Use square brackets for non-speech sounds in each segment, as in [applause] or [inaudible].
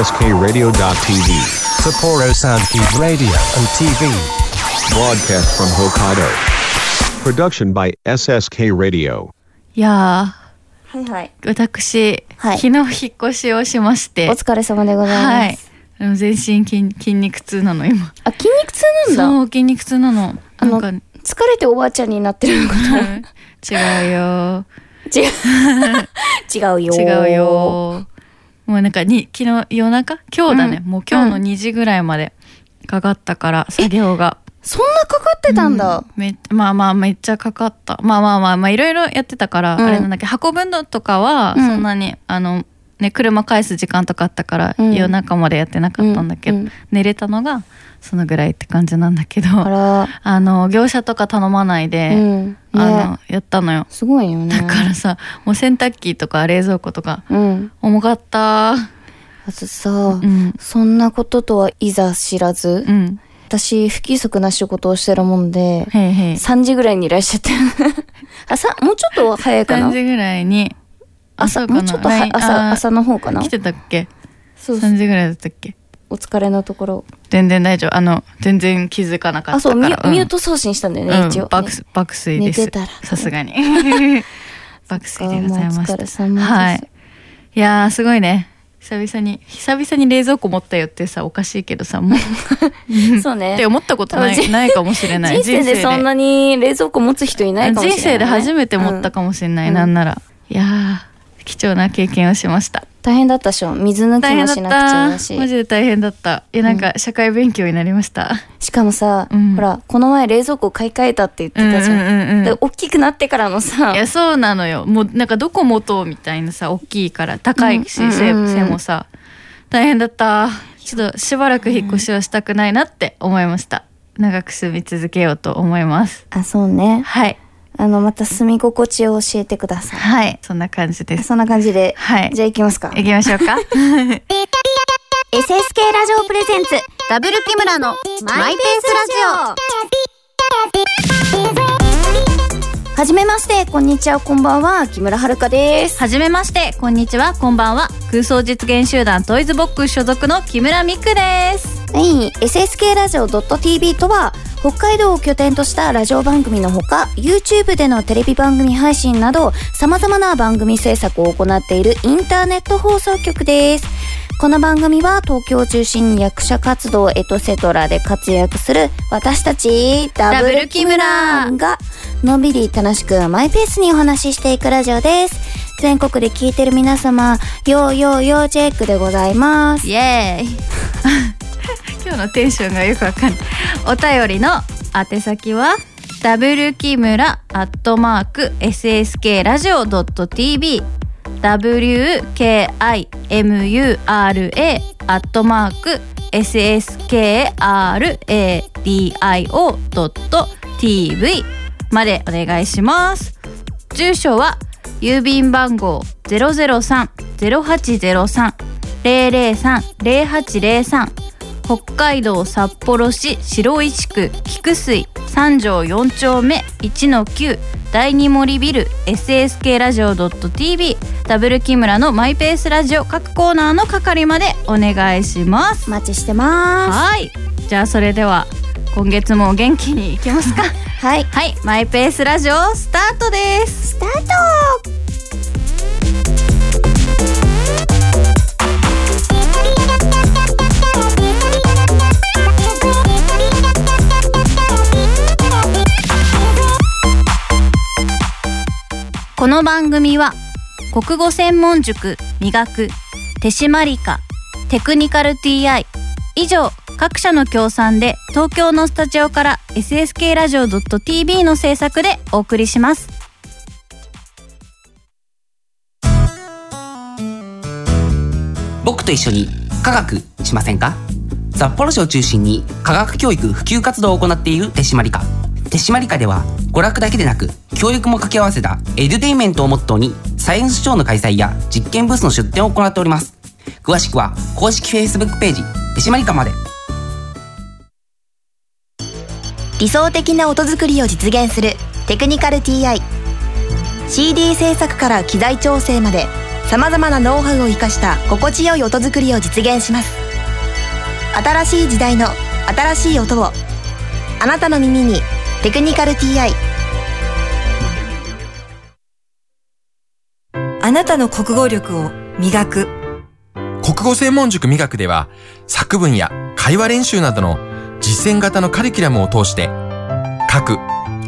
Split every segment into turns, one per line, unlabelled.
SSKRadio.tv.
Sapporo Soundkeep Radio and TV.
Broadcast from Hokkaido. Production by SSK Radio.
いや
はいはい。
ー、私、
はい
昨日引っ越しをしまして。
お疲れ様でございます。
はい。あの全身筋筋肉痛なの今。
あ、筋肉痛なんだ。
そう筋肉痛なの。
あ
なん
の、
か
疲れておばあちゃんになってるのかと思う。
違うよ
[laughs] 違
[laughs]
う。違うよ。
ー違う。よーもうなんかに昨日夜中今日だね、
うん
もう今日の
うん
2時ぐらいまでかかったから作業が。
そんなかかってたんだ。
めっまあまあめっちゃかかったまあまあまあまあいろいろやってたから、
うん
あれなんだっけ運ぶのとかは
うん
そんなに、あのね車返す時間とかあったから、
うん
夜中までやってなかったんだけど、
うんうん
寝れたのがそのぐらいって感じなんだけど
あら。
あの業者とか頼まないで、
うん。ね、
あのやったのよ
すごいよね。
だからさもう洗濯機とか冷蔵庫とか
うん。
重かった
あとさ
う、ん
そんなこととはいざ知らず
う、ん
私、不規則な仕事をしてるもんで、
へいへい
3時ぐらいにいらっしゃって。 [laughs] あ、さ、もうちょっと早いか
3
な
時。ぐらいに
朝、
そうかな
もうちょっとは
LINE
朝、
あ
朝の方かな
来。てたっけ
そうそう
3時ぐらいだったっけ
お疲れのところ。
全然大丈夫あの全然気づかなか
あ、
った
そ
か
う
ら
ミュ、ミュー
ト
ト送信したんだよね、一応。
爆睡爆睡です
寝てたら
さす
[laughs]
がに爆睡でございま
お疲れ
した
様です。
はいいやーすごいね久々に久々に冷蔵庫持ったよってさおかしいけどさもう
[laughs] そう
[laughs]
ね
って思ったことな
多分
い
人
ないかもしれない
人生でそんなに冷蔵庫持つ人いないかもしれない、
人生で初めて持ったか
も、
もしれない、
うん
なんならいやー貴重な経験をしました
大変だったでしょ水抜き
大変だ
も
っ
しなくちゃだ
たマジ
し
で大変だったいやなんか社会勉強になりました、
しかもさ、
うん
ほらこの前冷蔵庫買い替えたって言ってたじゃん,、
うんうんうんうん
で大きくなってからのさ
いやそうなのよもうなんかどこ持とうみたいなさ大きいから高いし、
うん
背
うんうん
背もさ大変だったちょっとしばらく引っ越しはしたくないなって思いました長く住み続けようと思います
あそうね
はい
あのまた住み心地を教えてください
はいそんな感じです
そんな感じで、
はい
じゃあ行きますか
行きましょうか
SSK ラジオプレゼンツダブル木村のマイペースラジ
はじめましてこんにちはこんばんは木村遥です
[laughs] はじめましてこんにちはこんばんは空想実現集団トイズボックス所属の木村美久です
はい、SSK ラジオ .tv とは北海道を拠点としたラジオ番組のほか YouTube でのテレビ番組配信など様々な番組制作を行っているインターネット放送局ですこの番組は東京を中心に役者活動エトセトラで活躍する私たちダブル木村がのんびり楽しくマイペースにお話ししていくラジオです全国で聞いてる皆様よーよーよーチェックでございます
イエーイ [laughs] 今日のテンションがよくわかんないお便りの宛先はダブル木村アットマーク SSK ラジオ .tv WKIMURA アットマーク SSKRADIO.tv までお願いします住所は郵便番号003-0803-003-0803北海道札幌市白石区菊水三条四丁目1の9第二森ビル SSK ラジオ .tv ダブル木村のマイペースラジオ各コーナーの係までお願いします
お待ちしてます
はいじゃあそれでは今月も元気にいきます [laughs] か
はい
はいマイペースラジオスタートです
スタート
この番組は国語専門塾磨く手締まりかテクニカル TI 以上各社の協賛で東京のスタジオから SSK ラジオ .tv の制作でお送りします
僕と一緒に科学しませんか札幌市を中心に科学教育普及活動を行っている手締まり課手締まり課では娯楽だけでなく教育も掛け合わせたエデュテインメントをモットーにサイエンスショーの開催や実験ブースの出展を行っております詳しくは公式 Facebook ページ手締まり課まで
オ理想的な音作りを実現するテクニカル TICD 制作から機材調整まで
さまざまなノウハウを生かした心地よい音作りを実現します新しい時代の新しい音をあなたの耳に「テクニカル TI」
あなたの国語力を磨く
国語専門塾美学では作文や会話練習などの実践型のカリキュラムを通して書く、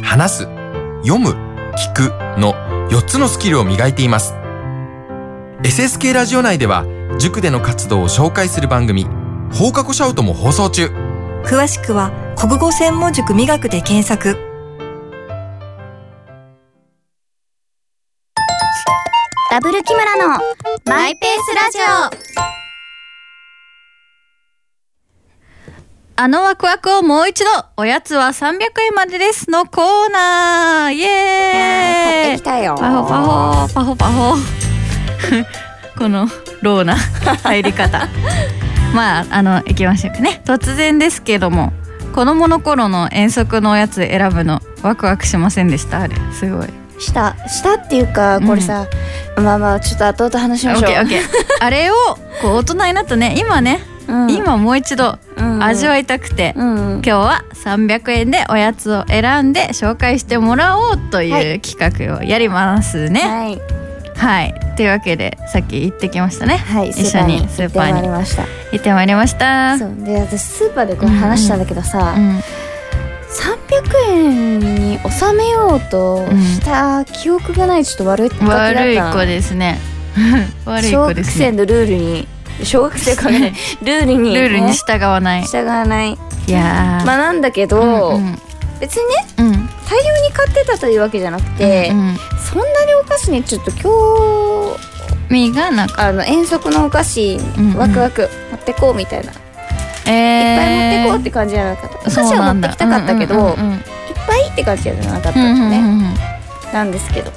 話す、読む、聞くの4つのスキルを磨いています SSK ラジオ内では塾での活動を紹介する番組放課後シャウトも放送中
詳しくは国語専門塾美学で検索
ダブル木村のマイペースラジ
あのワクワクをもう一度おやつは300円までですのコーナーイエーイ
きたよ
パホパホパホパホ [laughs] このロ
[laughs]
ーな入り方まああの行きましょうかね突然ですけども子供の頃の遠足のおやつ選ぶのワクワクしませんでしたあれすごい
したしたっていうかこれさ、まあまあちょっと後々話し
オ
ま
ッ
しょう
ケーオッケー
[laughs]
あれをこう大人になったね今ね、
うん
今もう一度味わいたくて、
うん
今日は300円でおやつを選んで紹介してもらおうと
は
いう企画をやりますね。
はい
はい、というわけでさっき行ってきましたね。
はい
一緒にスーパーに
行ってまいりました
行ってまいりました。
そうで私スーパーでこれ話したんだけどさ、
うん
300円に収めようとした記憶がないちょっと悪い時だった
悪い子ですね。悪い
小
子で
学
す
生
ね。
のルールに小学生か
[laughs]
ねルールに、
ル
ね、
ールに従わない。
従わない
いやー。
まあなんだけど、
うん
別にね
うんうん
大量に買ってたというわけじゃなくて、
うん
そんなにお菓子にちょっと今日
身がなんか
あの遠足のお菓子
んうん
ワクワク持ってこうみたいな、
え
いっぱい持ってこうっ
って
感じじゃなかったお
て
菓子は持ってきたかったけど、
うん
いっぱいって感じじゃなかった
うんんうん
ですね、
うんうん
なんですけど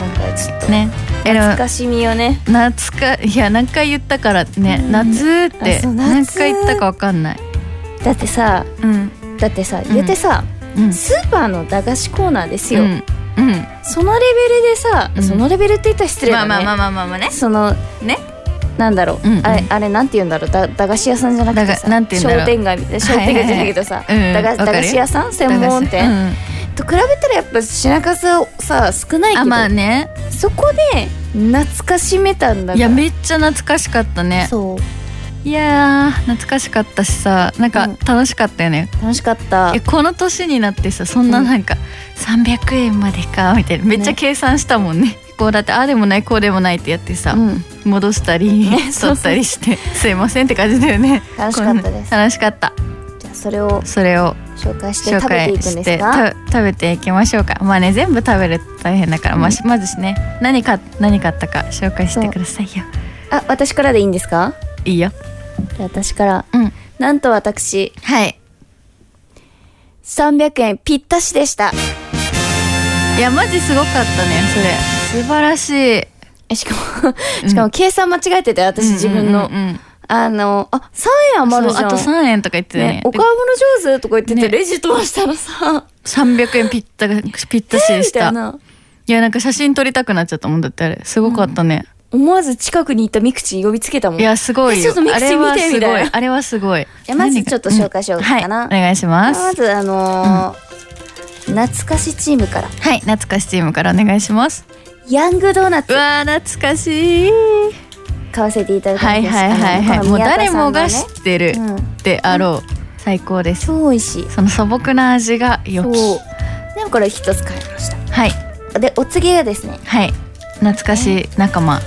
今回ちょっと
ね。えでも
懐かしみをね
夏かいや何回言ったからね、
うん
夏って
あそう
何
夏
回言ったかわかんない。
だってさ
うん
だってさ言ってさ、
うん。
スーパーの駄菓子コーナーですよ、
うん。
そのレベルでさ、
うん
そのレベルって言ったら失礼
ま
だ
あ
ね、
まあまあまあまあまあね。
その
ね
なんだろ
う
う、
んうん
あれあれなんて言うんだろうだ駄菓子屋さんじゃなくて
だ
さ
がなんて言うんだろう
商店街みたいな商店街じゃないけどさ、
はいはいはいうん
駄菓
わか
駄
るよ
菓子屋さん専門店、
うん
と比べたらやっぱ品数さ少ないけど、
あまあね。
そこで懐かしめたんだから
いやめっちゃ懐かしかったね。
そう
いやー懐かしかったしさなんか
うん
楽しかったよね。
楽しかった
えこの年になってさそんななんか300円までかみたいなめっちゃ
ね
計算したもんね。こうだってああでもないこうでもないってやってさ、
うん、
戻したり
ねそう
[laughs] 取ったりしてすいませんって感じだよね。
楽しかったです
こんな楽しかった。
じゃあそれを
それを
紹介して
紹
食べて
介
いくん
し
です
て
が
た食べていきましょうかまあね全部食べると大変だから、まあしまずね何か何買ったか紹介してくださいよ
あ私からでいいんですか
いいよ
じゃあ私から、
うん
なんと私
はい
300円ぴったしでした
いやマジすごかったねそれ素晴らしい
えしかもしかも計算間違えてて私自分の、
うんうんうん
あのあ3円
そう
余るじゃん
あと3円とか言ってたよね
ね、お買い物上手とか言ってて、
ね
レジ通したらさ、
300円ぴったぴったしで
[laughs] み
したた
いな。
いやなんか写真撮りたくなっちゃったもんだってあれすごかったね、
思わず近くにいたミクチン呼びつけたもん。
いやすごいよ
えちょっとミク
あ
チ
れ
ン見
は
て
す
み
ご
たい
い
な。
あれはすごい
じゃあまずちょっと紹介しようかな
うんはいお願いします
まずあのー懐かしチームから、
はい懐かしチームからお願いします
ヤングドーナ
う
ツ
わー懐かしい
買わせていただきま
はい
した。
はいはい
あ
はい
の
もう
この宮田
誰
さんの
も
ね
が知ってる
うん、
であろう、最高です
超美味しい。
その素朴な味が良き
そう。でもこれ一つ買いました。
はい
で、お次がですね、
はい懐かしい仲間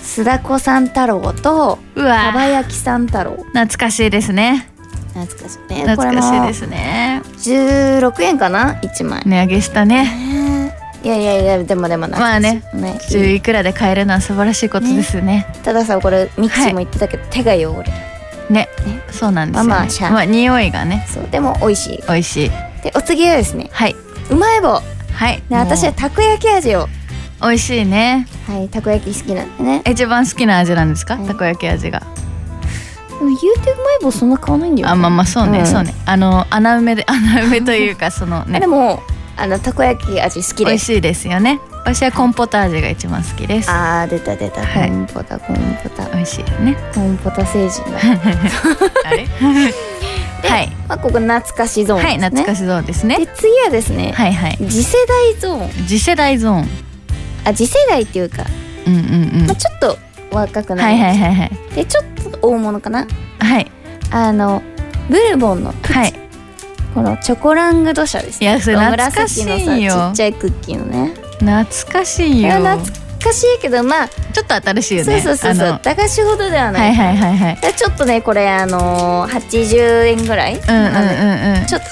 須田子さん太郎と、
う
かば
わ
やきさん太郎。
懐かしいですね
懐かしいね。。
懐かしいですすね
16円かな ?1 枚。
値上げしたね
いやいやいやでもでもな
まあね
ね
10いくらで買えるのは素晴らしいことですね
たださこれミクシーも言ってたけど、手が汚れる
ね
ね
そうなんですよ、ね
まあまあしゃあ
まあ匂いがね
そうでも美味しい
美味しい
でお次はですね
はいう
まい棒
はい
ね私は
も
たこ焼き味を
う美味しいね
はいたこ焼き好きなんでね
一番好きな味なんですか、
うん
たこ焼き味が
でも言うてうまい棒そんな買わないんだよ、ね、
あまあまあそうね、
うん
そうねあの
[laughs]
穴埋めで穴埋めというかその
あ
ね
でもあのたこ焼き味好き
美
で
味
す
しいですよね私はコンポタージュが一番好きです
ああ出た出た、
はい
コンポタコンポタ
美味しいよね
コンポタ星人だ、
あ
[laughs]
れ [laughs] はい
まあ、ここ懐かしゾーンで
は
す
い
ね、
懐かしゾーンですね
で次はですね、
はいはい
次世代ゾーン
次世代ゾーン
あ次世代っていうか、
うんうんうん
まあ、ちょっと若くな
はいいはいはいはい
でちょっと大物かな
はい
あのブルボンの
はい
このチョコラングドシャです
いやそれ懐かしいよ
紫のさちっちゃいクッキーのね
懐かしい
い
よ
や懐かしいけどまあ、
ちょっと新しいよ
そう
ね
そうそうそ
あ
う駄菓子ほどでは
の
な、
はいいはいはいはい
だからちょっとねこれあのー、80円ぐら
う
い、
んうん
なので
うんうん
ちょっ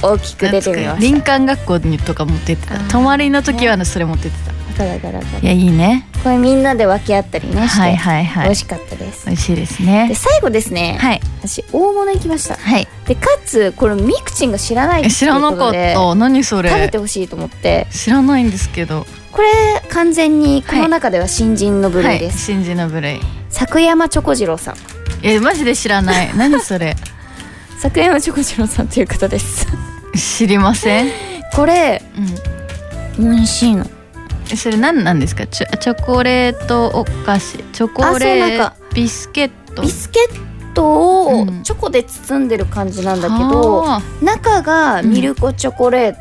と大きく出てみまし
林間学校にとか持ってってた
あー
泊まりの時はそれ持ってってた
たガラガラガラ
いやいいね
これみんなで分け合ったりねして、
はいはいは
美
い
味しかったです
美味しいです
で
ね
最後ですね、
はい
私大物行きました
はい
でかつこれミクチンが知らないっ
え
ていう
知らなか
こ
っ
とで
た何そ
食べ
れ
てほしいと思って
知らないんですけど
これ完全にこの中では新人の部類です、
はい、新人の部類
作山チョコ次郎さん
えマジで知らない何それ
作山チョコ次郎さんという方です
知りません、
これ
うん
美味しいの
え、それ何なんですかチョチョコレートお菓子チョコ
あそう
レ
なん
ー
か
トビスケット
ビスケット
う
を
ん
チョコで包んでる感じなんだけど、
はあ
中がミルコチョコレート、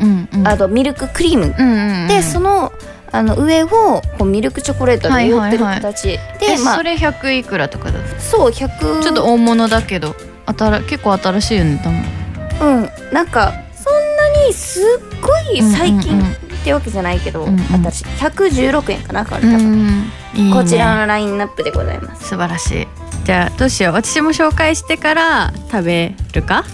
うんうん
あとミルククリーム、
うんうんうん
でそのあの上をこうミルクチョコレートで覆ってる
はいはいは
形、
え
でま
そ
あ
れ100いくらとかだった
そう100
ちょっと大物だけどあたら結構新しいよね多分
うんなんかそんなにすっごい最近ってわけじゃないけど、
うんうん
私116円かなこれ多
う
分、
んいいね
こちらのラインナップでございます
素晴らしいじゃあどうしよう私も紹介してから食べるか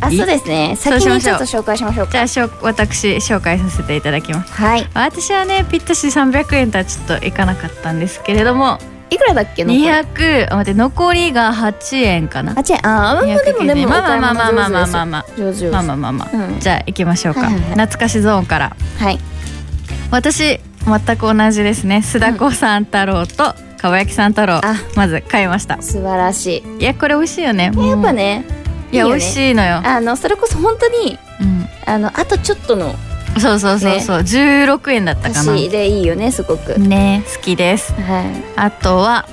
あ
いい
そうですね
そう
先
しま
に
し
ち
ょ
ょ
う
っと紹介しましょう
じゃ
か
あしょ私紹介させていただきます
はい
私はねぴったし300円とはちょっといかなかったんですけれども
いくらだっけ残り
200あ待って残りが8円かな
あ違うあーまあでも
290
でも
まあまあまあまあまあまあまあ
あ
ま
上手上手
あまあまあまあまあ
うん
じゃあ行きましょうか、
はいはいはい
懐かしゾーンから
はい
私全く同じですね須田子さん太郎とかばやきさん太郎、
あ
まず買いました
素晴らしい
いやこれ美味しいよね
やっぱ
ね
ね
いや美
いいよね
味しいのよ、
あのそれこそ本当に
うん、
あのあとちょっとの
そうそうそうそう、16円だったか
足でいいよねすごく、
なね好きです
はい
あとは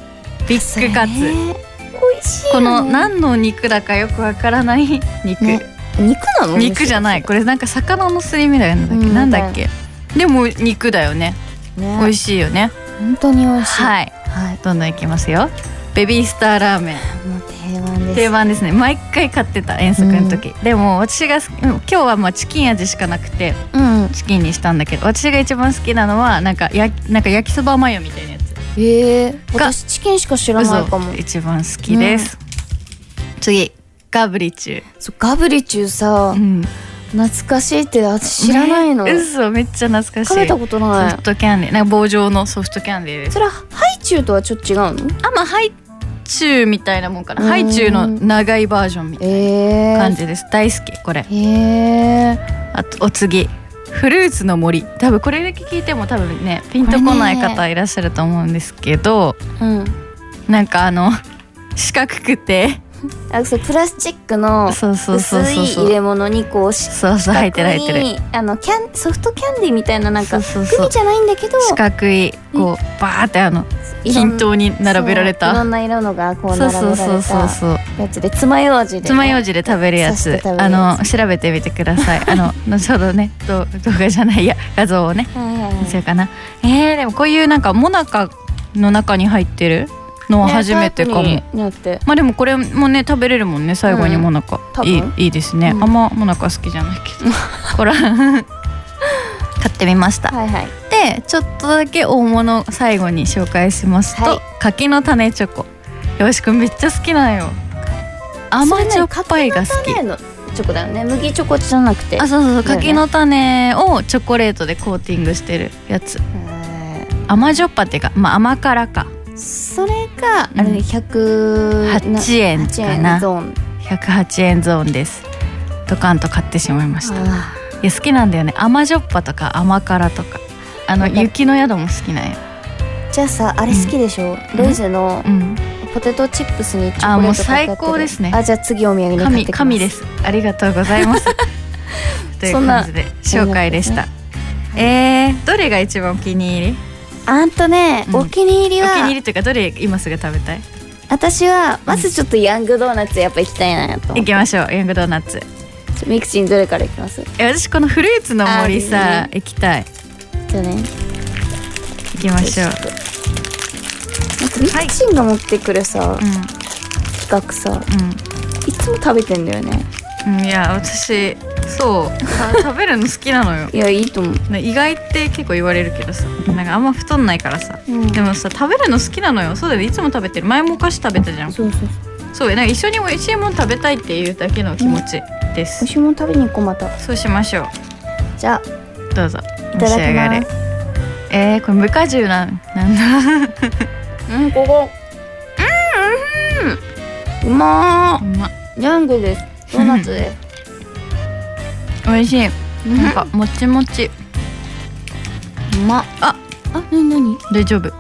ビッグカツ、
それね美味しいよね
この何の肉だかよくわからない肉、
ね肉なの
肉じゃないこれなんか魚のすり身だよねだっけ、
うん
なんだっけでも肉だよね
ね
美味しいよね
本当に美味しい
はい
はい
どんどんいきますよベビースターラーメン
もう定番です
定番ですね毎回買ってた遠足の時、でも私が好き今日はまあチキン味しかなくて
うん
チキンにしたんだけど私が一番好きなのはなんかやなんか焼きそばマヨみたいなやつ
ええ
が
私チキンしか知らないかも
嘘一番好きです、次ガブリチュ
そうガブリ中さ
ー、うん、
懐かしいって私知らないの、
ね嘘めっちゃ懐かしい
食べたこと
ソ
な
フトキャンディなんか棒状のソフトキャンディで
い
す
それはハイチュウとはちょっと違うの
あまあハイチュウみたいなもんかな
うん
ハイチュウの長いバージョンみたいな
ええ
感じです大好きこれ
へえ
あとお次フルーツの森多分これだけ聞いても多分ねピンとこない方いらっしゃると思うんですけど、
うん
なんかあの四角くて
あそうプラスチックの
そうそう
薄
そうそう
い
そ
入
う
れ物にこうし
そうそう入ってる入ってる
四角いあのキャンソフトキャンディーみたいななんか
そうそうそう
グミじゃないんだけど
四角いこうバーってあの
いろん
均等に並べられ
そういろ
た
んな色のがこう
そう
並べら
そう
れ
そうそう
た
そう
やつでつまようじでね
爪楊枝で食べるや
刺
つ
して食べ
あ
るやつ
の調べてみてくださいあの [laughs] 後ほどね動動画じゃないや [laughs] 画像をね
はいはいはい
見せようかな、えー、でもこういうなんかもなかの中に入ってるのは初めてかも、
ねタイプによって
まあでもこれもね食べれるもんね最後に
うん
もなか、
多分
いいいいですね、
うん
あんまもなか好きじゃないけど
[laughs]
こら [laughs] 買ってみました、
はいはい
でちょっとだけ大物最後に紹介しますと、
はい
柿の種チョコよしくんめっちゃ好きなんよ甘じょっぱいが好き
種のチョコだよね麦チョコじゃなくて
あそうそうそう
だよね
柿の種をチョコレートでコーティングしてるやつ
へ
甘じょっぱっていうか、まあ、甘辛か
ーそれが
うん
あれ100な
8円
8
か
円
な
ゾーン
108円ゾーンですドカンと買ってしまいましたい
あ
や好きなんだよね甘じょっぱとか甘辛とかあの
わかる
雪の宿も好きなんよ
ーじゃあさあれ好きでしょロイズの
うん
ポテトチップスにチョ
あ
コレート
もう
かかってる
最高ですね
あじゃあ次お土産に買っ
神
てきます [laughs]
神ですありがとうございますという感じで紹介でした、えー、どれが一番お気に入り
あんとね、
うん
お気に入り
お気に入
は
りというかどれ今すぐ食べたい
私はまずちょっとヤングドーナツやっぱ行きたいな
行
と思って
きましょうヤングドーナツ
ちょミクシーにどれから行きます
え私このフルーツの森
あ
さ
ー
行きたい
じゃあね
行きましょう、
なんかミクシンが持ってくるさ、企画さいつも食べてんだよね
うん、うん、いや私
[laughs]
そうさ食べるの好きなのよ
いやいいと思う
ね意外って結構言われるけどさなんかあんま太んないからさ、
うん
でもさ食べるの好きなのよそうだよねいつも食べてる前もお菓子食べたじゃん
そうそうそう
そうよなんか一緒に美味しいもの食べたいっていうだけの気持ちです、
私も食べに行こうまた
そうしましょう
じゃあ
どうぞ
い
召
た
し
だ
上
き
が
ま
れえー、これ無果汁なんなんだ
すうんここうんうんうま
うま
ージャングですドーナツです
美味しいなん
う
かもちもち
ま
あ
あなになに
大丈夫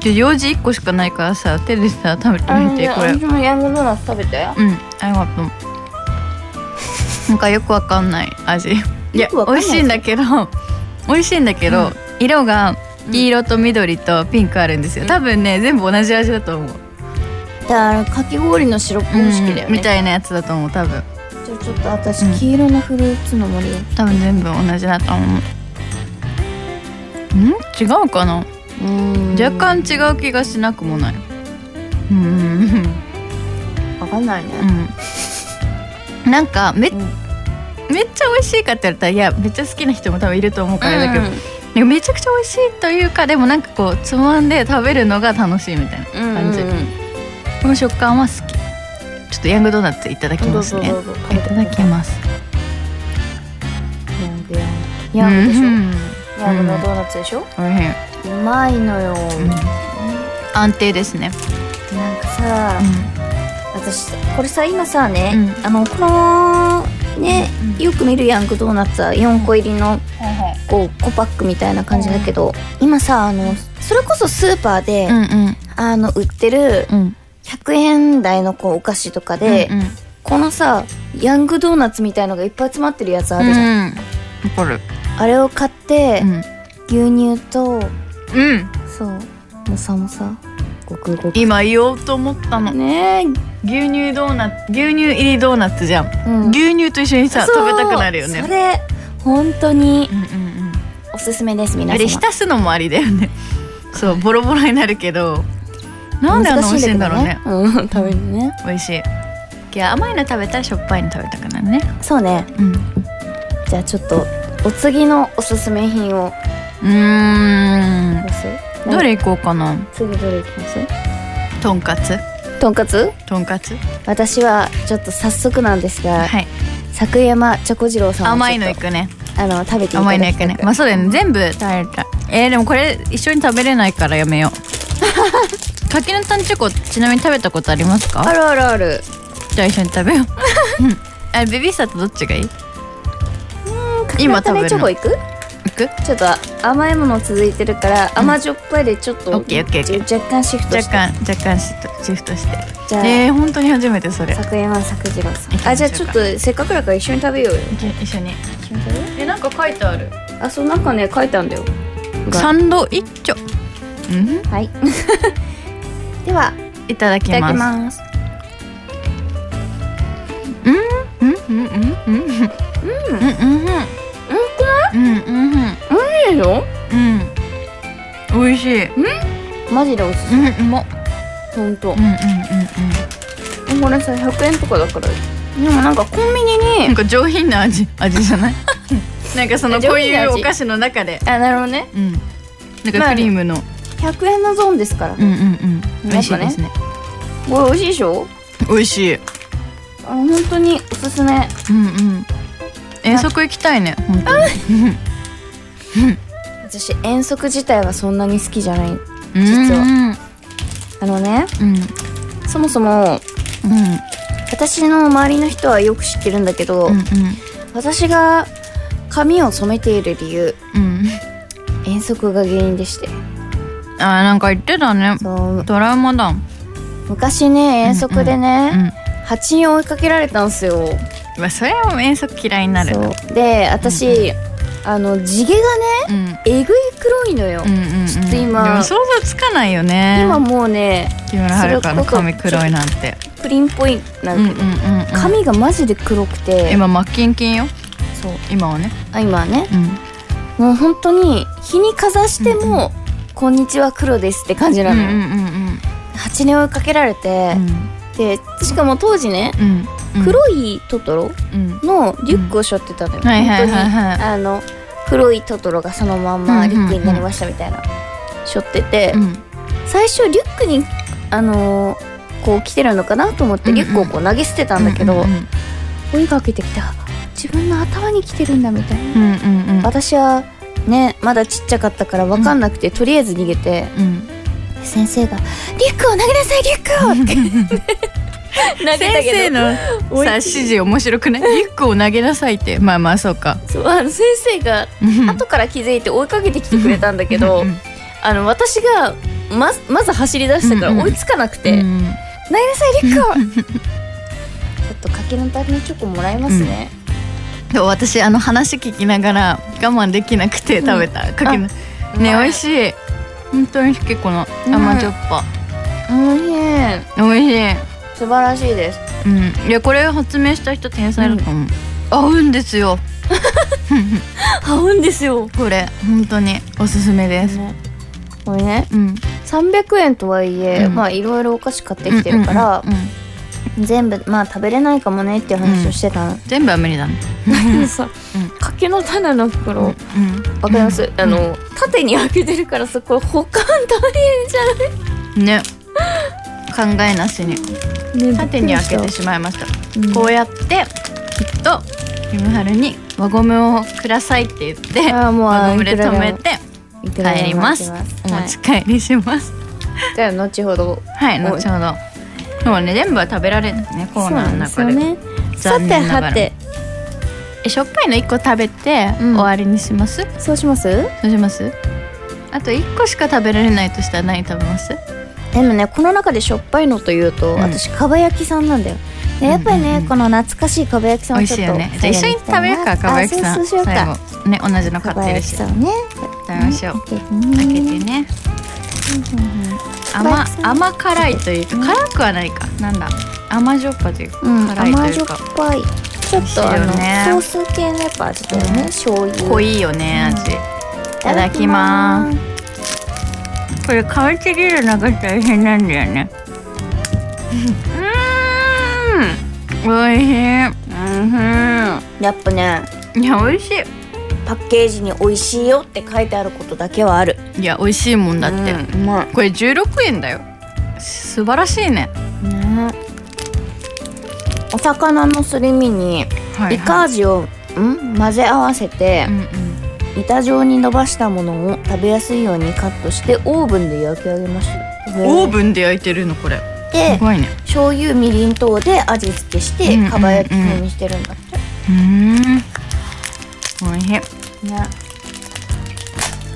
じゃ用事一個しかないからさ手でさ食べてみてこれ
私もヤングドーナツ食べたよ
うん、ありがとう。なんかよくわかんない味。いや
[laughs] よくわ、かん
美
ない
味しいんだけど、美味しいんだけど、色が黄色と緑とピンクあるんですよ。多分ね、全部同じ味だと思う。
だからかき氷のシロップ方式だよ
み
ね
たいなやつだと思う。多分、
じゃあちょっと私
うん
黄色のフルーツの森
多分全部同じだと思う。ん、違うかな。
うん
若干違う気がしなくもない。うんうん
わかんない
うん
ね
うん。なんかめ、
うん
めっちゃ美味しいかって言われたらいやめっちゃ好きな人も多分いると思うからあれだけど、なんかめちゃくちゃ美味しいというかでもなんかこうつまんで食べるのが楽しいみたいな感じ、この食感は好きちょっとヤングドーナツいただき
ど
ま
う
す
ぞ
ね
どうぞ
いただきます
ヤングヤングヤングでしょヤングのドーナツでしょ
うん、おいしい、
うまいのよ
うん安定ですね、
なんかさ
う
私これさ今さね
うん
あのこのねよく見るヤングドーナツは4個入りのこう5パックみたいな感じだけど今さあのそれこそスーパーで
ん、うん
あの売ってる
うんうん
100円台のこうお菓子とかで
うんうん
このさヤングドーナツみたいのがいっぱい詰まってるやつあるじゃん、
うんわかる
あれを買って
うん、
牛乳と
うん、
そうもさもさごくごく
今言おうと思ったの
ねえ
牛乳ドーナツ牛乳入りドーナツじゃん、
うん
牛乳と一緒にさ
そう
食べたくなるよね
それ本当に
うんうんうん
おすすめです皆
あれ
様
浸すのもありだよねそうボロボロになるけどなんであの美味しいんだろうね
難しいんだけどねうん食べるのね
美味しいいや甘いの食べたらしょっぱいの食べたくなるね
そうね
うん
じゃあちょっとお次のおすすめ品を
うーん
どうする
どれ行こうかな
次どれいきます
とんかつ
とんかつ
とんかつ
私はちょっと早速なんですが、
はい
作山チョコ次郎さんをちょっと
甘いのいくね
あの食べていただきたく
甘いのいくねまあそうだよね全部食べたいえー、でもこれ一緒に食べれないからやめよ [laughs] う柿の種チョコちなみに食べたことあります
あ
か
るあるある
じゃあ一緒に食べ [laughs] よううんあれベビースターとどっちがいい今食べるの
チョコいく
いく
ちょっと甘いもの続いてるから甘じょっぱいでちょっと、
オッケーオッケーオッケー
若干シフト
若
して
干若干シフトシフトして
じゃあ、
えー、本当に初めてそれ
作山作次郎
行きましょう
さん
か
あじゃあちょっとせっかくだから一緒に食べようよ
一緒に
一緒に食べよ
えなんか書いてある
うあそうなんかね書いたんだよ
サンドイッチョうん
はい [laughs] ではい
ただき
いた
ま
だき
す
ます
うんうんうんうんうんうんうんうんうんうん
いいの
うん美味しいうん
マジでおすす
うまっ
めほんと
うんうんうんうん
これさ100円とかだからでもなんかコンビニ
なん
に
か上品な味味じゃない [laughs] なんかその
上
こう
品な
いう
味
お菓子の中で
あなるほどね
うんなん
ま
か
あ
ク
ね
リームの、
100円のゾーンですから、
うんうんうん美味しい
やっぱ
で
ね
すね
これ美味しいでしょ
美味しい
あ本当におすすめ
うんうん遠足行きたいね本当に
私遠足自体はそんなに好きじゃない
うん
実は
うん
あのね
うん
そもそも
うん
私の周りの人はよく知ってるんだけど、
うん
私が髪を染めている理由
うん
遠足が原因でして
うんあーなんか言ってたね
そう
トラウマだうん
昔ね遠足でね、蜂に追いかけられたんすよ
まあそれはもう遠足嫌いになる
そうで私、あの地毛が
う
ね、
ん
えぐい黒いのよ、
うんうんうん
ちょっと今
でも想像つかないよね
今もうね
木村遥の髪黒いなんて
プリンっぽいな
うんんうん
か、
うんうん
髪がマジで黒くて
今マッキンキンよ
そう
今はね
あ今はね
うん
もう本当に日にかざしても「こんにちは黒です」って感じな
うん
の
う
よ、
んうん
8年追いかけられて
う、ん
でしかも当時ね、
うんうん
黒いトトロ
うん
のリュックを背負ってたのよ、
んはい
本
は
当
い
に、
はいはい
あの黒いトトロがそのまんまリュックになりましたみたいな、背負ってて、
うん
最初リュックにあのーこう来てるのかなと思って
うんう
リ
ん
ュックをこう投げ捨てたんだけど、
うんうん
追いかけてきた自分の頭に来てるんだみたいな、
うんうんうん
私はねまだちっちゃかったから分かんなくて、とりあえず逃げて
うん
先生が「リュックを投げなさいリュックを!」っ
[laughs]
て投げたけど
先生の
追い
さ指示面白くないリュックを投げなさいってまあまあそうか
そうあの先生が後から気づいて追いかけてきてくれたんだけど、
うんうん
あの私がままず走り出したか
うんう
ら
ん
追いつかなくて
う
「投
ん
げなさいリュック
[laughs]
を!」ちょっとかけのためチョコもらえますね、
でも私あの話聞きながら我慢できなくて食べた、かけのね美味
い
しい本当に好きこの
うん
甘じょっぱ、
おいしい
美味しい
素晴らしいです
うんいやこれを発明した人天才だと思う、合うんですよ
合うんですよ
これ本当におすすめです、
これね
うん、
300円とはいえ、
うん
まあいろいろお菓子買ってきてるから、
うんうんうんうん
全部まあ食べれないかもねっていう話をしてたの、
全部は無理だね
でさ
うん
柿の種の袋、わ
うん
かります、あの縦に開けてるからそこ保管大変じゃ
ね
ない
考えなしに縦に開けてしまいましたこうやってきっとキムハルに輪ゴムをくださいって言って
あーもう
輪ゴムで止めて
いくらでも
帰ります
行
お
きま
持ち
す
帰りします
はい、じゃあ後ほど
はい、
おい
後ほどでもね全部は食べられないねコーナーの中で
ねさ
残
て
念なが
は
ら
て
えしょっぱいの一個食べて、
うん
終わりにします
そうします
そうしますあと一個しか食べられないとしたら何食べます
でもねこの中でしょっぱいのというと、
うん
私かば焼きさんなんだよでやっぱりね、
うんうんうん
この懐かしいかば焼きさん
美
を
味
ちょ
しい
っと
よねじゃあ一緒に食べようかかば焼きさん
あそうそうしよう
最
か
後ね同じの買
か
っ
ば
てる
焼
し
き
食
さんね
べましょう
開けて
開けて
ね
ね
かば
甘
焼きさん
甘辛いというか辛くはないかなんだ甘じょっぱというか
うん
辛いと
甘
い
じょ
う
っ
か
ぱいちょっとあの、
美味しいよね
ソース系のやっぱ味だよね、
うん
醤油
濃いよね味い
い
ただきますこれ香りすぎるのが大変なんだよねうーん美味し
やっぱね
いいや美味し
パッケージに美味しいよって書いてあることだけはある
いいや美味しいもんだって、
うんうまい
これ16円だよ素晴らしいね
ねお魚のすり身に
は
イカ味を、ん混ぜ合わせて
うんうん
板状に伸ばしたものを食べやすいようにカットしてオーブンで焼き上げました
オーブンで焼いてるのこれ
です
ごいね
醤油みりん等で味付けし
うんうんう
て
ん
かば焼き風にしてるんだって、
うーん美味しい
ね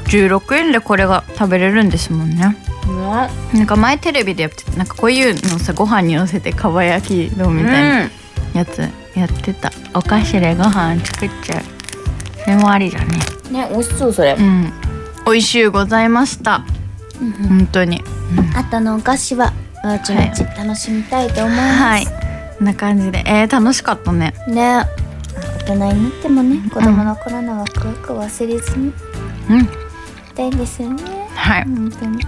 16円でこれが食べれるんですもんね
ね
なんか前テレビでやってたなんかこういうのさご飯にのせてかば焼き丼みたいなやつやってた、お菓子でご飯作っちゃうそれもありだね
ね美味しそうそれ、
うん美味しゅうございました本当に
あとのお菓子は後々楽しみたいと思います、
はいこんな感じでえー、楽しかったね
ね大人になってもね子供の頃のワクワクを忘れずに
うん
行きたいですよね
はい
本当に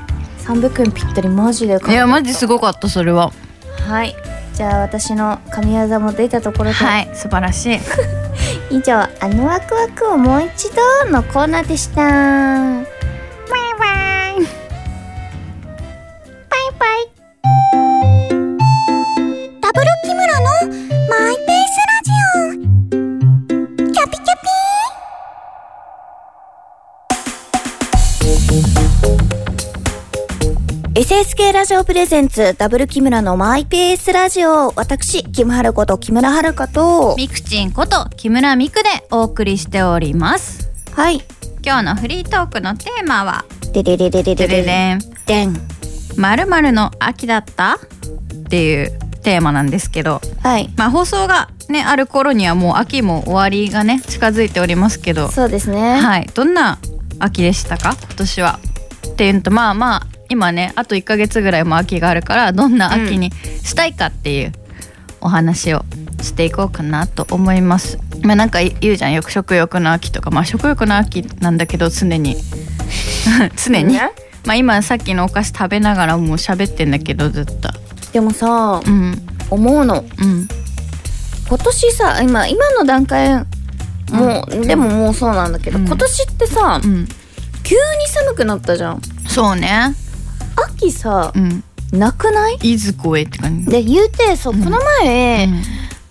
300円ぴったりマジで
い
買
や
う
マジすごかったそれは
はいじゃあ私の神業も出たところで、
はい素晴らし [laughs] い
以上「あのワクワクをもう一度」のコーナーでしたバイバイ
ダブル木村のマイペースラジオキャピキャピ
「SSK ラジオプレゼンツダブル木村のマイペースラジオ」私キムハルこと木村遥と
みくちんこと木村みくでお送りしております
はい
今日のフリートークのテーマは
でれれれれ
で
れ
で
れ
でん
でん
まるまるの秋だったっていうテーマなんですけど、
はい
まあ放送がねある頃にはもう秋も終わりがね近づいておりますけど、
そうですね
はい、どんな秋でしたか今年は。っていうのとまあまあ今ねあと1ヶ月ぐらいも秋があるからどんな秋にしたいかっていうお話をしていこうかなと思います。まあなんか言うじゃんよく食欲の秋とかまあ食欲の秋なんだけど常に [laughs] 常に。 [laughs] まあ今さっきのお菓子食べながらもう喋ってんだけどずっと。
でもさ
うん
思うの
うん
今年さ今今の段階もう、でももうそうなんだけど、
うん
今年ってさ
うん。
急に寒くなったじゃん
そうね。
秋さ
うん。
なくない
いずこへって感じ。
で言うてそう、
うん
この前、
うん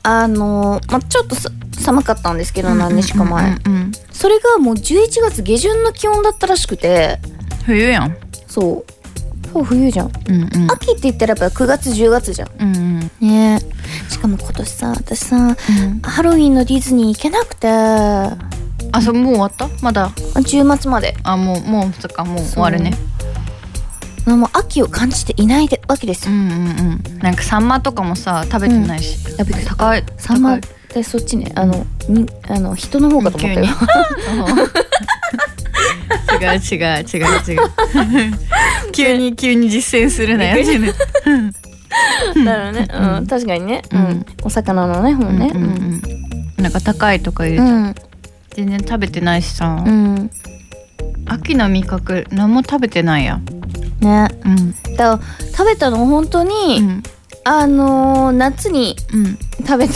あの、まあ、ちょっとさ寒かったんですけど何日か前、
うんうんうんうん
それがもう11月下旬の気温だったらしくて
冬やん。
そうそう冬じゃん
うんうん。
秋って言ったらやっぱ9月10月じゃん
うんうん。
ねえしかも今年さ私さハロウィンのディズニー行けなくてあ
あ、そう、もう終わった。まだ。
10末まで
あ、もう、もう、そっか、もう終わるね。
もう秋を感じていないでわけです
う
よ、
んうんうん。なんかサンマとかもさ、食べてないし。
やべ
高い。
サンマ
高
っ
い
てそっちねあのにあの人の方かと思ったよ
急に [laughs] 違う違う違う違う急に急に実践するなよ、ね、
[laughs] だよね、うん確かにね、うん
うん
お魚のね
う
本
ん
ね
うんうんなんか高いとか言
う
う、
ん
全然食べてないしさ、
うん、うん、
秋の味覚何も食べてないや
ね
うん
だから食べたの本当に、
うん
あのー夏に
うん
食べた、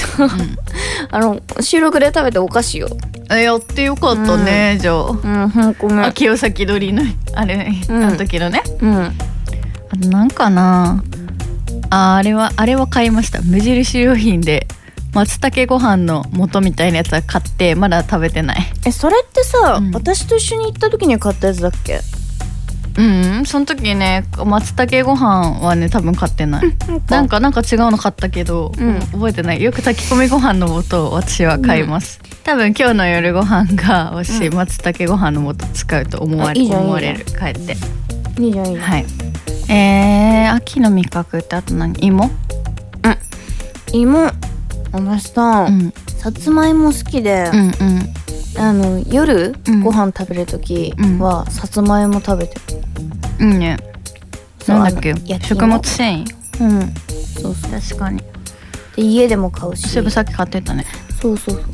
[laughs] あの収録で食べたお菓子を
あやってよかったね、じゃあ
うんほんごめん
秋を先取りのあれ、
うん
あの時のね
うん
あとなんかなああれはあれは買いました無印良品で松茸ご飯の素みたいなやつは買ってまだ食べてない
えそれってさ、
うん
私と一緒に行った時に買ったやつだっけ
うんうんその時ね松茸ご飯はね多分買ってないなんかなんか違うの買ったけど、
うん
覚えてないよく炊き込みご飯の素を私は買います、多分今日の夜ご飯が私、松茸ご飯の素使うと思わ
あ
れ
いいじゃん
思われる帰って
いいじゃんいいじゃん、
はいえー、秋の味覚ってあと何芋
芋私さ、
うん
さつまいも好きで
う、んうん
あの夜、
うん
ご飯食べる時は、さつまいも食べてる
いいね。
そう
なんだっけ
あの焼き
食
芋
物繊維
うんそうそう
確かに
で家でも買うし
そういえばさっき買ってたね
そうそうそう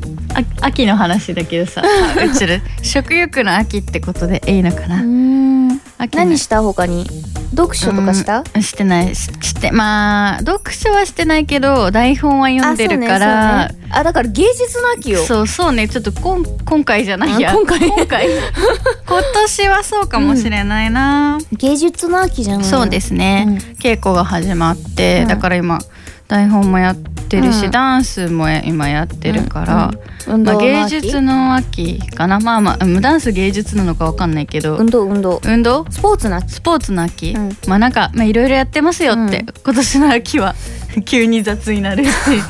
あ秋の話だけど [laughs] さあうちら食欲の秋ってことでいいのかな、
うん
秋の
何した他に読書とかした、
うんしてないししてまあ読書はしてないけど台本は読んでるから
あ,、そうねそうねあだから芸術の秋よ
そうそうねちょっとこん今回じゃないや
あ今回
今
[laughs]
回今年はそうかもしれないな、
芸術の秋じゃない
そうですね、
うん
稽古が始まって、
うん
だから今台本もやってるし、
うん
ダンスもや今やってるから、
運
まあ、
動の
芸
秋
術の秋かなまあまあうんダンス芸術なのかわかんないけど、
運動運動
運動
スポーツの秋
スポーツの秋、
うん
まあなんかまあいろいろやってますよって、
うん
今年の秋は [laughs] 急に雑になるし
[laughs] いいね、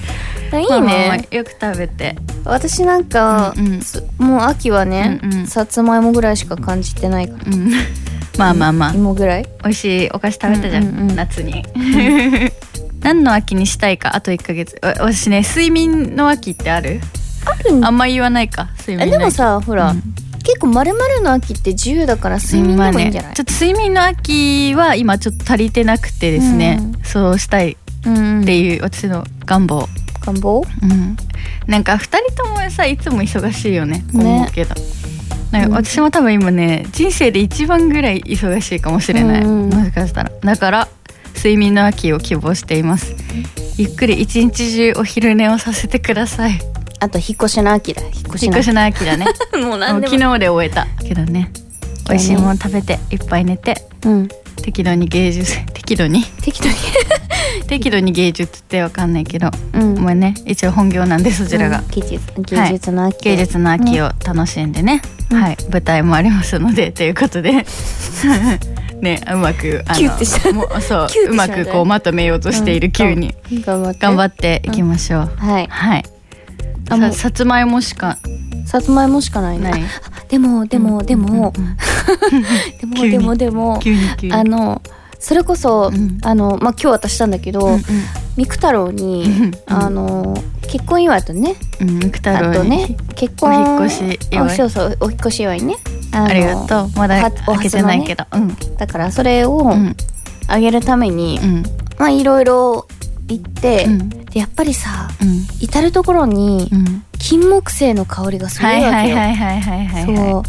まあまあまあよく食べて
私なんか、
うんうん
すもう秋はね、
うんうん
さつまいもぐらいしか感じてないか
う
ら
んまあまあまあ
芋ぐらい
美味しいお菓子食べたじゃん、
うんうんうん
夏に [laughs] 何の秋にしたいかあと1ヶ月わ私ね睡眠の秋ってある
あるん
あんま言わないか睡
え
眠の秋
でもさほら、
うん
結構まるまるの秋って自由だから睡眠でもいいんじゃ
まあ
ない、
ね、ちょっと睡眠の秋は今ちょっと足りてなくてですね、
う
そうしたいっ
うん
ていう私の願望、
願望
うん、なんか二人ともさいつも忙しいよね
ね
思うけど、なんか私も多分今ね人生で一番ぐらい忙しいかもしれない、
うん
もしかしたらだから睡眠の秋を希望していますゆっくり一日中お昼寝をさせてください
あと引っ越しの秋だ引っ越し
引っ
の
越
秋
しの秋だ
[laughs]
ね
もう
もう
何でも
昨日で終えたけどね美味しいもの食べていっぱい寝て
うん
適度に芸術適度
[laughs]
に
適当に
適度に芸術ってわかんないけど、
うん
もうね一応本業なんでそちらが、
うん芸術芸術の秋、
芸術の秋を楽しんでね、
うん
はい舞台もありますのでと [laughs] いうことでねうまくあの
キュッてした
もうそう
キュッてし
うま
まったね
くこうまとめようとしている急に、
頑張って
頑張っていきましょう、
はい
はい
あ
さ
もう
さつまいもしか
さつまいもしかないね
ない
あでもでも、でも、
うんうんうん
で [laughs] も
急に
でもでも
急に急に
あのそれこそ、
うん
あのまあ今日渡したんだけど、
うんうん
三九太郎に、あの結婚祝いとね
うん、肉太郎
あ
に
とね結
お
婚
引っ越し祝
あ
い
そうそうお引っ越し祝いねあの
ありがとうま
は
だ
お
開けてないけど、
だからそれを
うんうん
あげるために、
うん
まあいろいろ行って、
うん
でやっぱりさ
うん
至る所に
うん
金木犀の香りがすごい
は
わけ
い
よ、
はいはいはいはいはいはい
そう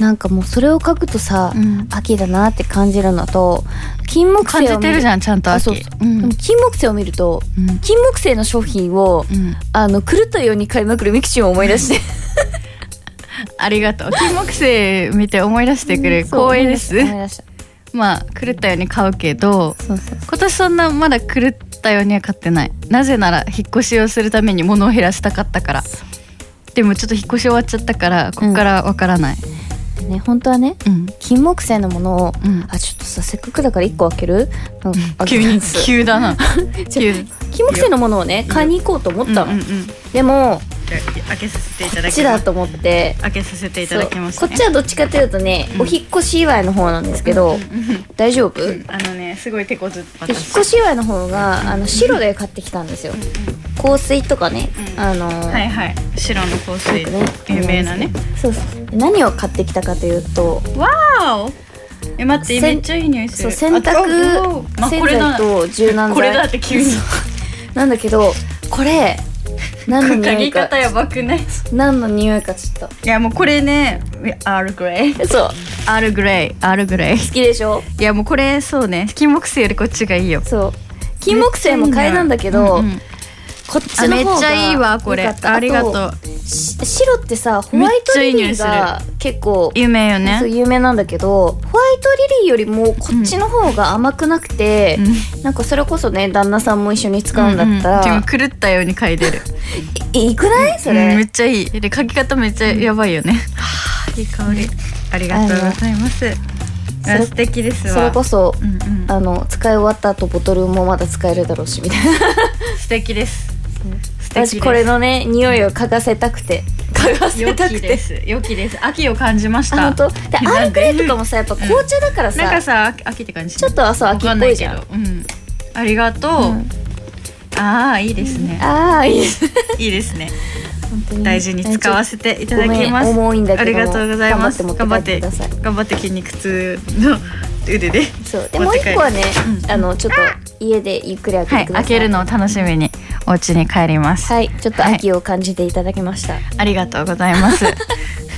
なんかもうそれを書くとさ、
うん
秋だなって感じるのと金木犀
感
を
じてるじ
ゃん
ゃんちゃんと
あ
秋
そう
う
で
ん
も金木犀を見ると
うん
金木犀の商品を
うん
あの狂ったように買いまくるミクシーを思い
[laughs]
出して
ありがとう金木犀見て思い出してくれる
[laughs] そう
光栄です
思い出した
まあ狂ったように買うけど
そうそう
今年そんなまだ狂ったようには買ってないなぜなら引っ越しをするために物を減らしたかったからでもちょっと引っ越し終わっちゃったからこっからわからない
そうね本当はね
うん
金木犀のものを
うん
あちょっとさせっかくだから1個開けるなんか開け
[laughs] 急
たん
に
です
急だな
じゃあ
急
金木犀のものをね買いに行こうと思った
うんうん
の
うん
でも
じゃあ開けさせていた
こ
だ
っ
き
ち
ま
だ
す
と思って
開けさせていただきますね
そうこっちはどっちかというとね
うん
お引っ越し祝いの方なんですけど大丈夫
あのねすごい手こずっぱ
で引っ越し祝いの方があの白で買ってきたんですよ香水とかね
うん
あの
はいはい白の香水
よくね
有名なね
そうそうで何を買ってきたかというと
わおえ待って
せん
めっちゃいい匂いす
そう
る
洗
あおお
濯
あ
洗
これだ
剤と柔軟剤
これだって急に
なんだけどこれ何の匂
嗅
い
ぎ
か
方やばくない
何の匂いかちょっ
いやもうこれねアールグレイ
とそう好
アールグレイアールグレイい
きでしょ
やもうこれそうね金木犀よりこっちがいいよ
そう金木犀も買いなんだけど、
うんうん
こっち
あ
の
めっ
方
ち
が
ゃいいわこれ
良かった
ありがと
あ
う
とし白ってさホワイトリリーが結構
有名よ
そう
ね
有名なんだけどホワイトリリーよりもこっちの方が甘くなくて、なんかそれこそね旦那さんも一緒に使うんだったら、
うんうん、でも狂ったように嗅いでる
いいくないそれ、
うんめっちゃいいで書き方めっちゃやばいよね、はあいい香りありがとうございます
あの
あ素敵ですわ
それこそ
うんうん、
あの使い終わった後ボトルもまだ使えるだろうしみたいな
素敵です素敵です
私これのね匂いを嗅がせたくて嗅がせ [laughs]
良
た
き
く
で
て
す良きです秋を感じまし
あ
た
本当でアールグレイとかもさやっぱ紅茶だからさ,、
なんかさ秋って感じ
ちょっと朝秋っぽいじゃん
わかないけどうんありがとう、ああいいですね、
ああいいです
いいですね
本当に
大事に使わせていただきます
ごめん重いんだけども
ありがとうございます
頑張って持って帰ってくださ
頑張って筋肉痛の腕で
そうで
持
も
っ
う
て帰
一
る
個はね、あのちょっと家でゆっくり開け
は
て
い
くださ
開
い、
けるのを楽しみにお家に帰ります、
はいちょっと秋を感じていただきました、
ありがとうござい
[laughs]
ます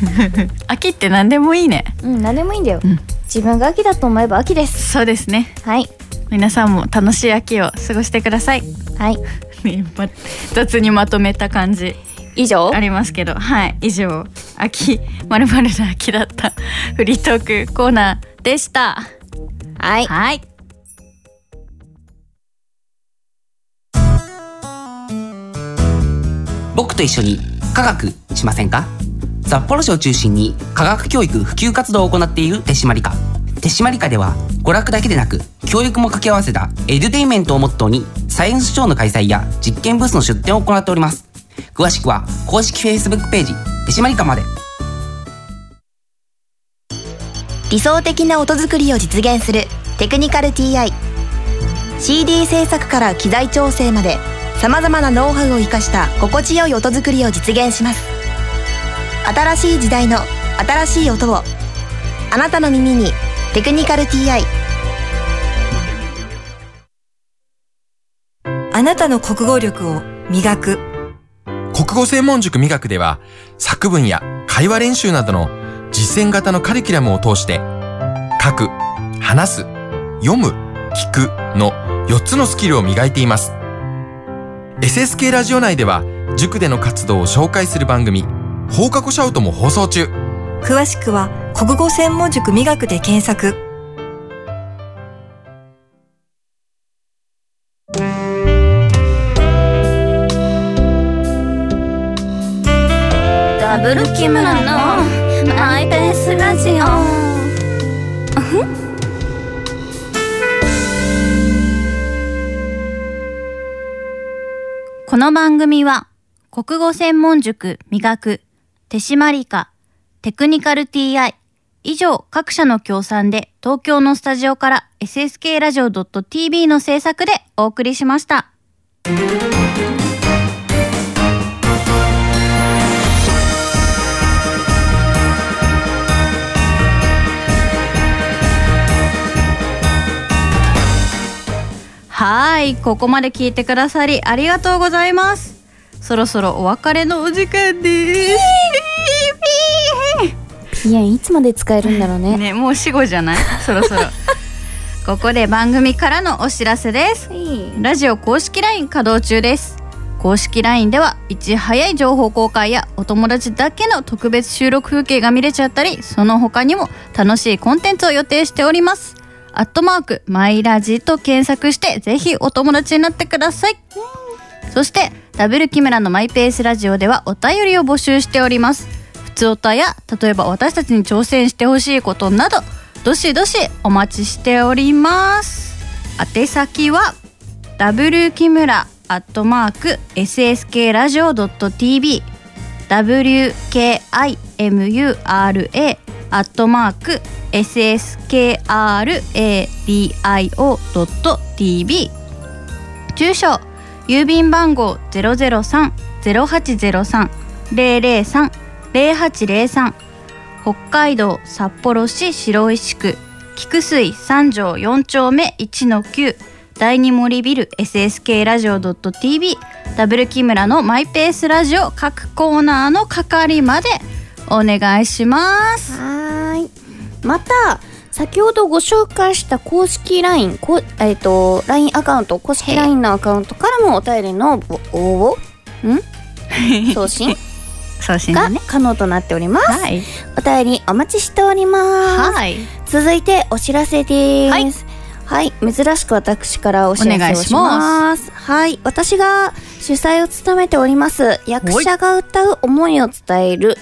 [laughs] 秋って何でもいいね
うん何でもいいんだよ、
うん
自分が秋だと思えば秋です
そうですね
はい
皆さんも楽しい秋を過ごしてください [laughs]
はい
ねま雑にまとめた感じ
以上
ありますけどはい以上秋まるまるな秋だった [laughs] フリートークコーナーでした
はい
はい
僕と一緒に科学しませんか札幌市を中心に科学教育普及活動を行っている手締まり課手締まり課では娯楽だけでなく教育も掛け合わせたエデュテインメントをモットーにサイエンスショーの開催や実験ブースの出展を行っております詳しくは公式 Facebook ページ手締まり課まで
理想的な音作りを実現するテクニカル TI CD 制作から機材調整までさまざまなノウハウを生かした心地よい音作りを実現します新しい時代の新しい音をあなたの耳に「テクニカル TI
あなたの国語力を磨く
国語専門塾美学では作文や会話練習などの実践型のカリキュラムを通して書く、話す、読む、聞くの4つのスキルを磨いています。SSK ラジオ内では塾での活動を紹介する番組放課後シャウトも放送中。
詳しくは国語専門塾美学で検索
ダブル木村のマイペースラジオ
この番組は国語専門塾磨く手締まり課テクニカル TI 以上各社の協賛で東京のスタジオから SSK ラジオ .tv の制作でお送りしました。はいここまで聞いてくださりありがとうございますそろそろお別れのお時間です
いやいつまで使えるんだろうね
ねもう死後じゃないそろそろここで番組からのお知らせですラジオ公式 LINE 稼働中です公式 LINE ではいち早い情報公開やお友達だけの特別収録風景が見れちゃったりその他にも楽しいコンテンツを予定しておりますアットマークマイラジと検索してぜひお友達になってください、そしてダブル木村のマイペースラジオではお便りを募集しております普通おたや例えば私たちに挑戦してほしいことなどどしどしお待ちしております宛先はダブル木村アットマーク SSK ラジオ .tv WKIMURA アットマーク SSKRADIO.tv 住所郵便番号003-0803-003-0803北海道札幌市白石区菊水三条四丁目1の9第二森ビル SSK ラジオ .tv ダブル木村のマイペースラジオ各コーナーの係までお願いします
はーい。また、先ほどご紹介した公式 LINE、こえっ、と、LINE アカウント、公式 LINE のアカウントからもお便りの応募、 [laughs] ん送信
送信
が
ね
可能となっております。
い
お便りお待ちしております。
はい
続いてお知らせです。
は
はいい。珍しく私からお知らせをし
お願
ます。はい。私が主催を務めております、役者が歌う思いを伝える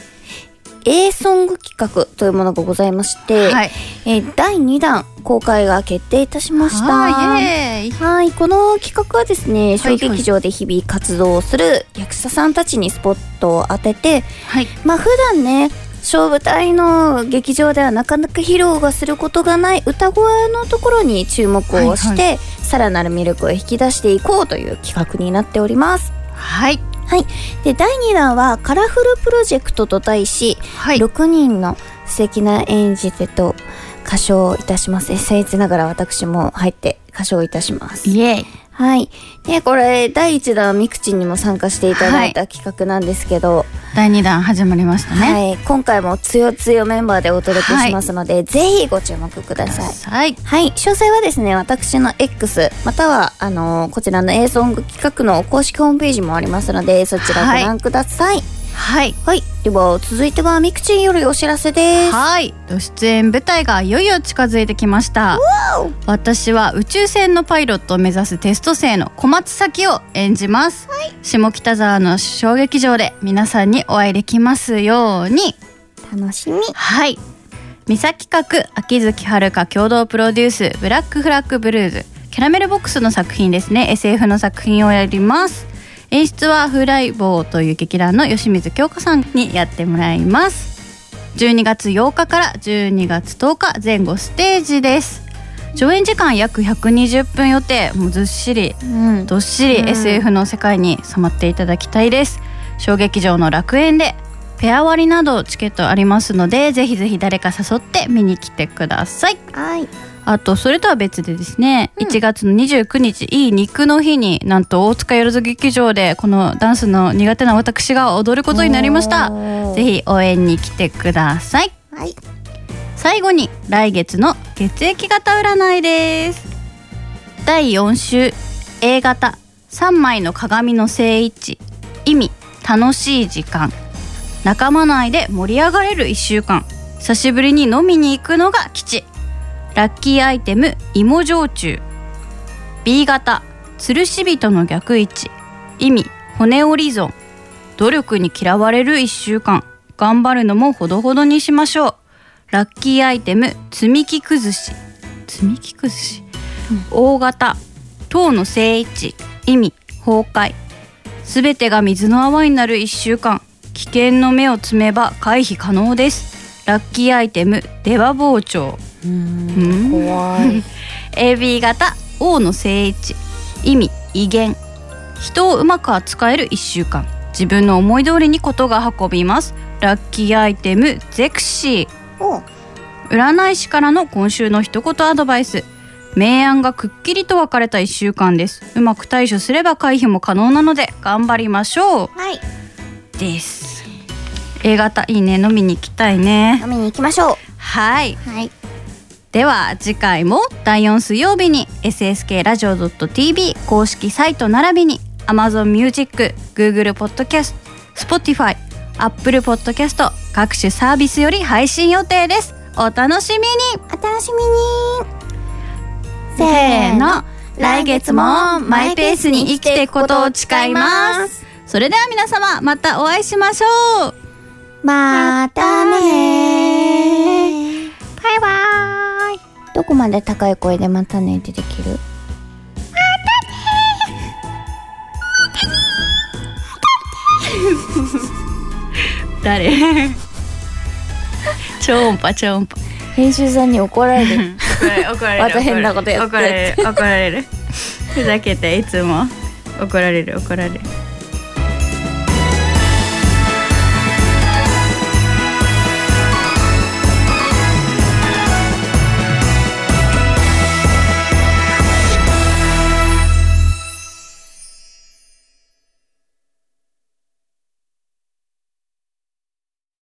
A ソング企画というものがございまして、
はい
えー第2弾公開が決定いたしました。
はいイエーイ
はい、この企画はですね、
はいは
小
い
劇場で日々活動する役者さんたちにスポットを当てて、
はい
まあ普段ね小舞台の劇場ではなかなか披露がすることがない歌声のところに注目をして、
は
さらなる魅力を引き出していこうという企画になっております。
はい
はい、で第2弾は「カラフルプロジェクト」と題し、
はい
6人の素敵な演じ手と歌唱いたします僭越ながら私も入って歌唱いたします。
イエーイ
はい、でこれ第1弾みくちんにも参加していただいた企画なんですけど、
第二弾始まりましたね
はい、今回も強強メンバーでお届けしますので、ぜひご注目ください。
はい
はい、詳細はですね、私の X、または、あのーこちらの A ソング企画の公式ホームページもありますので、そちらご
はい
覧ください。
はい
はい、では、続いては、ミクチンよりお知らせです。
はい出演舞台がいよいよ近づいてきました私は宇宙船のパイロットを目指すテスト生の小松咲を演じます、下北沢の小劇場で皆さんにお会いできますように
楽しみ。
はい三崎企画秋月遥共同プロデュース「ブラックフラッグブルーズ」キャラメルボックスの作品ですね SF の作品をやります演出はフライボーという劇団の吉水京香さんにやってもらいます12月8日から12月10日前後ステージです上演時間約120分予定もうずっしり
うん。
どっしり SF の世界に染まっていただきたいです、小劇場の楽園でペア割りなどチケットありますのでぜひぜひ誰か誘って見に来てください
はい。
あとそれとは別でですね、1月の29日いい肉の日になんと大塚よろず劇場でこのダンスの苦手な私が踊ることになりましたぜひ応援に来てください
はい。
最後に来月の血液型占いです第4週 A 型3枚の鏡の正位置意味楽しい時間仲間内で盛り上がれる1週間久しぶりに飲みに行くのが吉ラッキーアイテム芋焼酎 B 型吊るし人の逆位置意味骨折り損努力に嫌われる1週間頑張るのもほどほどにしましょうラッキーアイテム積み木崩し積み木崩し、大型塔の正位置意味崩壊すべてが水の泡になる1週間危険の目を積めば回避可能ですラッキーアイテム出羽包丁うん [laughs]
怖い。
AB 型 O の正位置意味威厳人をうまく扱える1週間自分の思い通りにことが運びますラッキーアイテムゼクシ
おう
ー占い師からの今週の一言アドバイス明暗がくっきりと分かれた1週間ですうまく対処すれば回避も可能なので頑張りましょう
はい
です A 型いいね飲みに行きたいね
飲みに行きましょ
はいう
はい
では次回も第4水曜日に SSK ラジオ .tv 公式サイト並びに Amazon Music、Google Podcast、Spotify、Apple Podcast 各種サービスより配信予定です。お楽しみに
お楽しみに
せーの
来
来
月
月
も
も
マ
マ
イ
イペ
ペー
ー
ス
ス
に
に生
生き
き
て
て
い
い
く
く
こ
ことと
を
を
誓
誓
い
い
ま
ますそれでは皆様またお会いしましょう
またね
バイバーイ
どこまで高い声でまたねってできる
誰 [laughs] 超音波超音波
編集さんに怒られる
怒られる怒られる
[laughs] また変なことやって
怒られる怒られるふざけていつも怒られる怒られる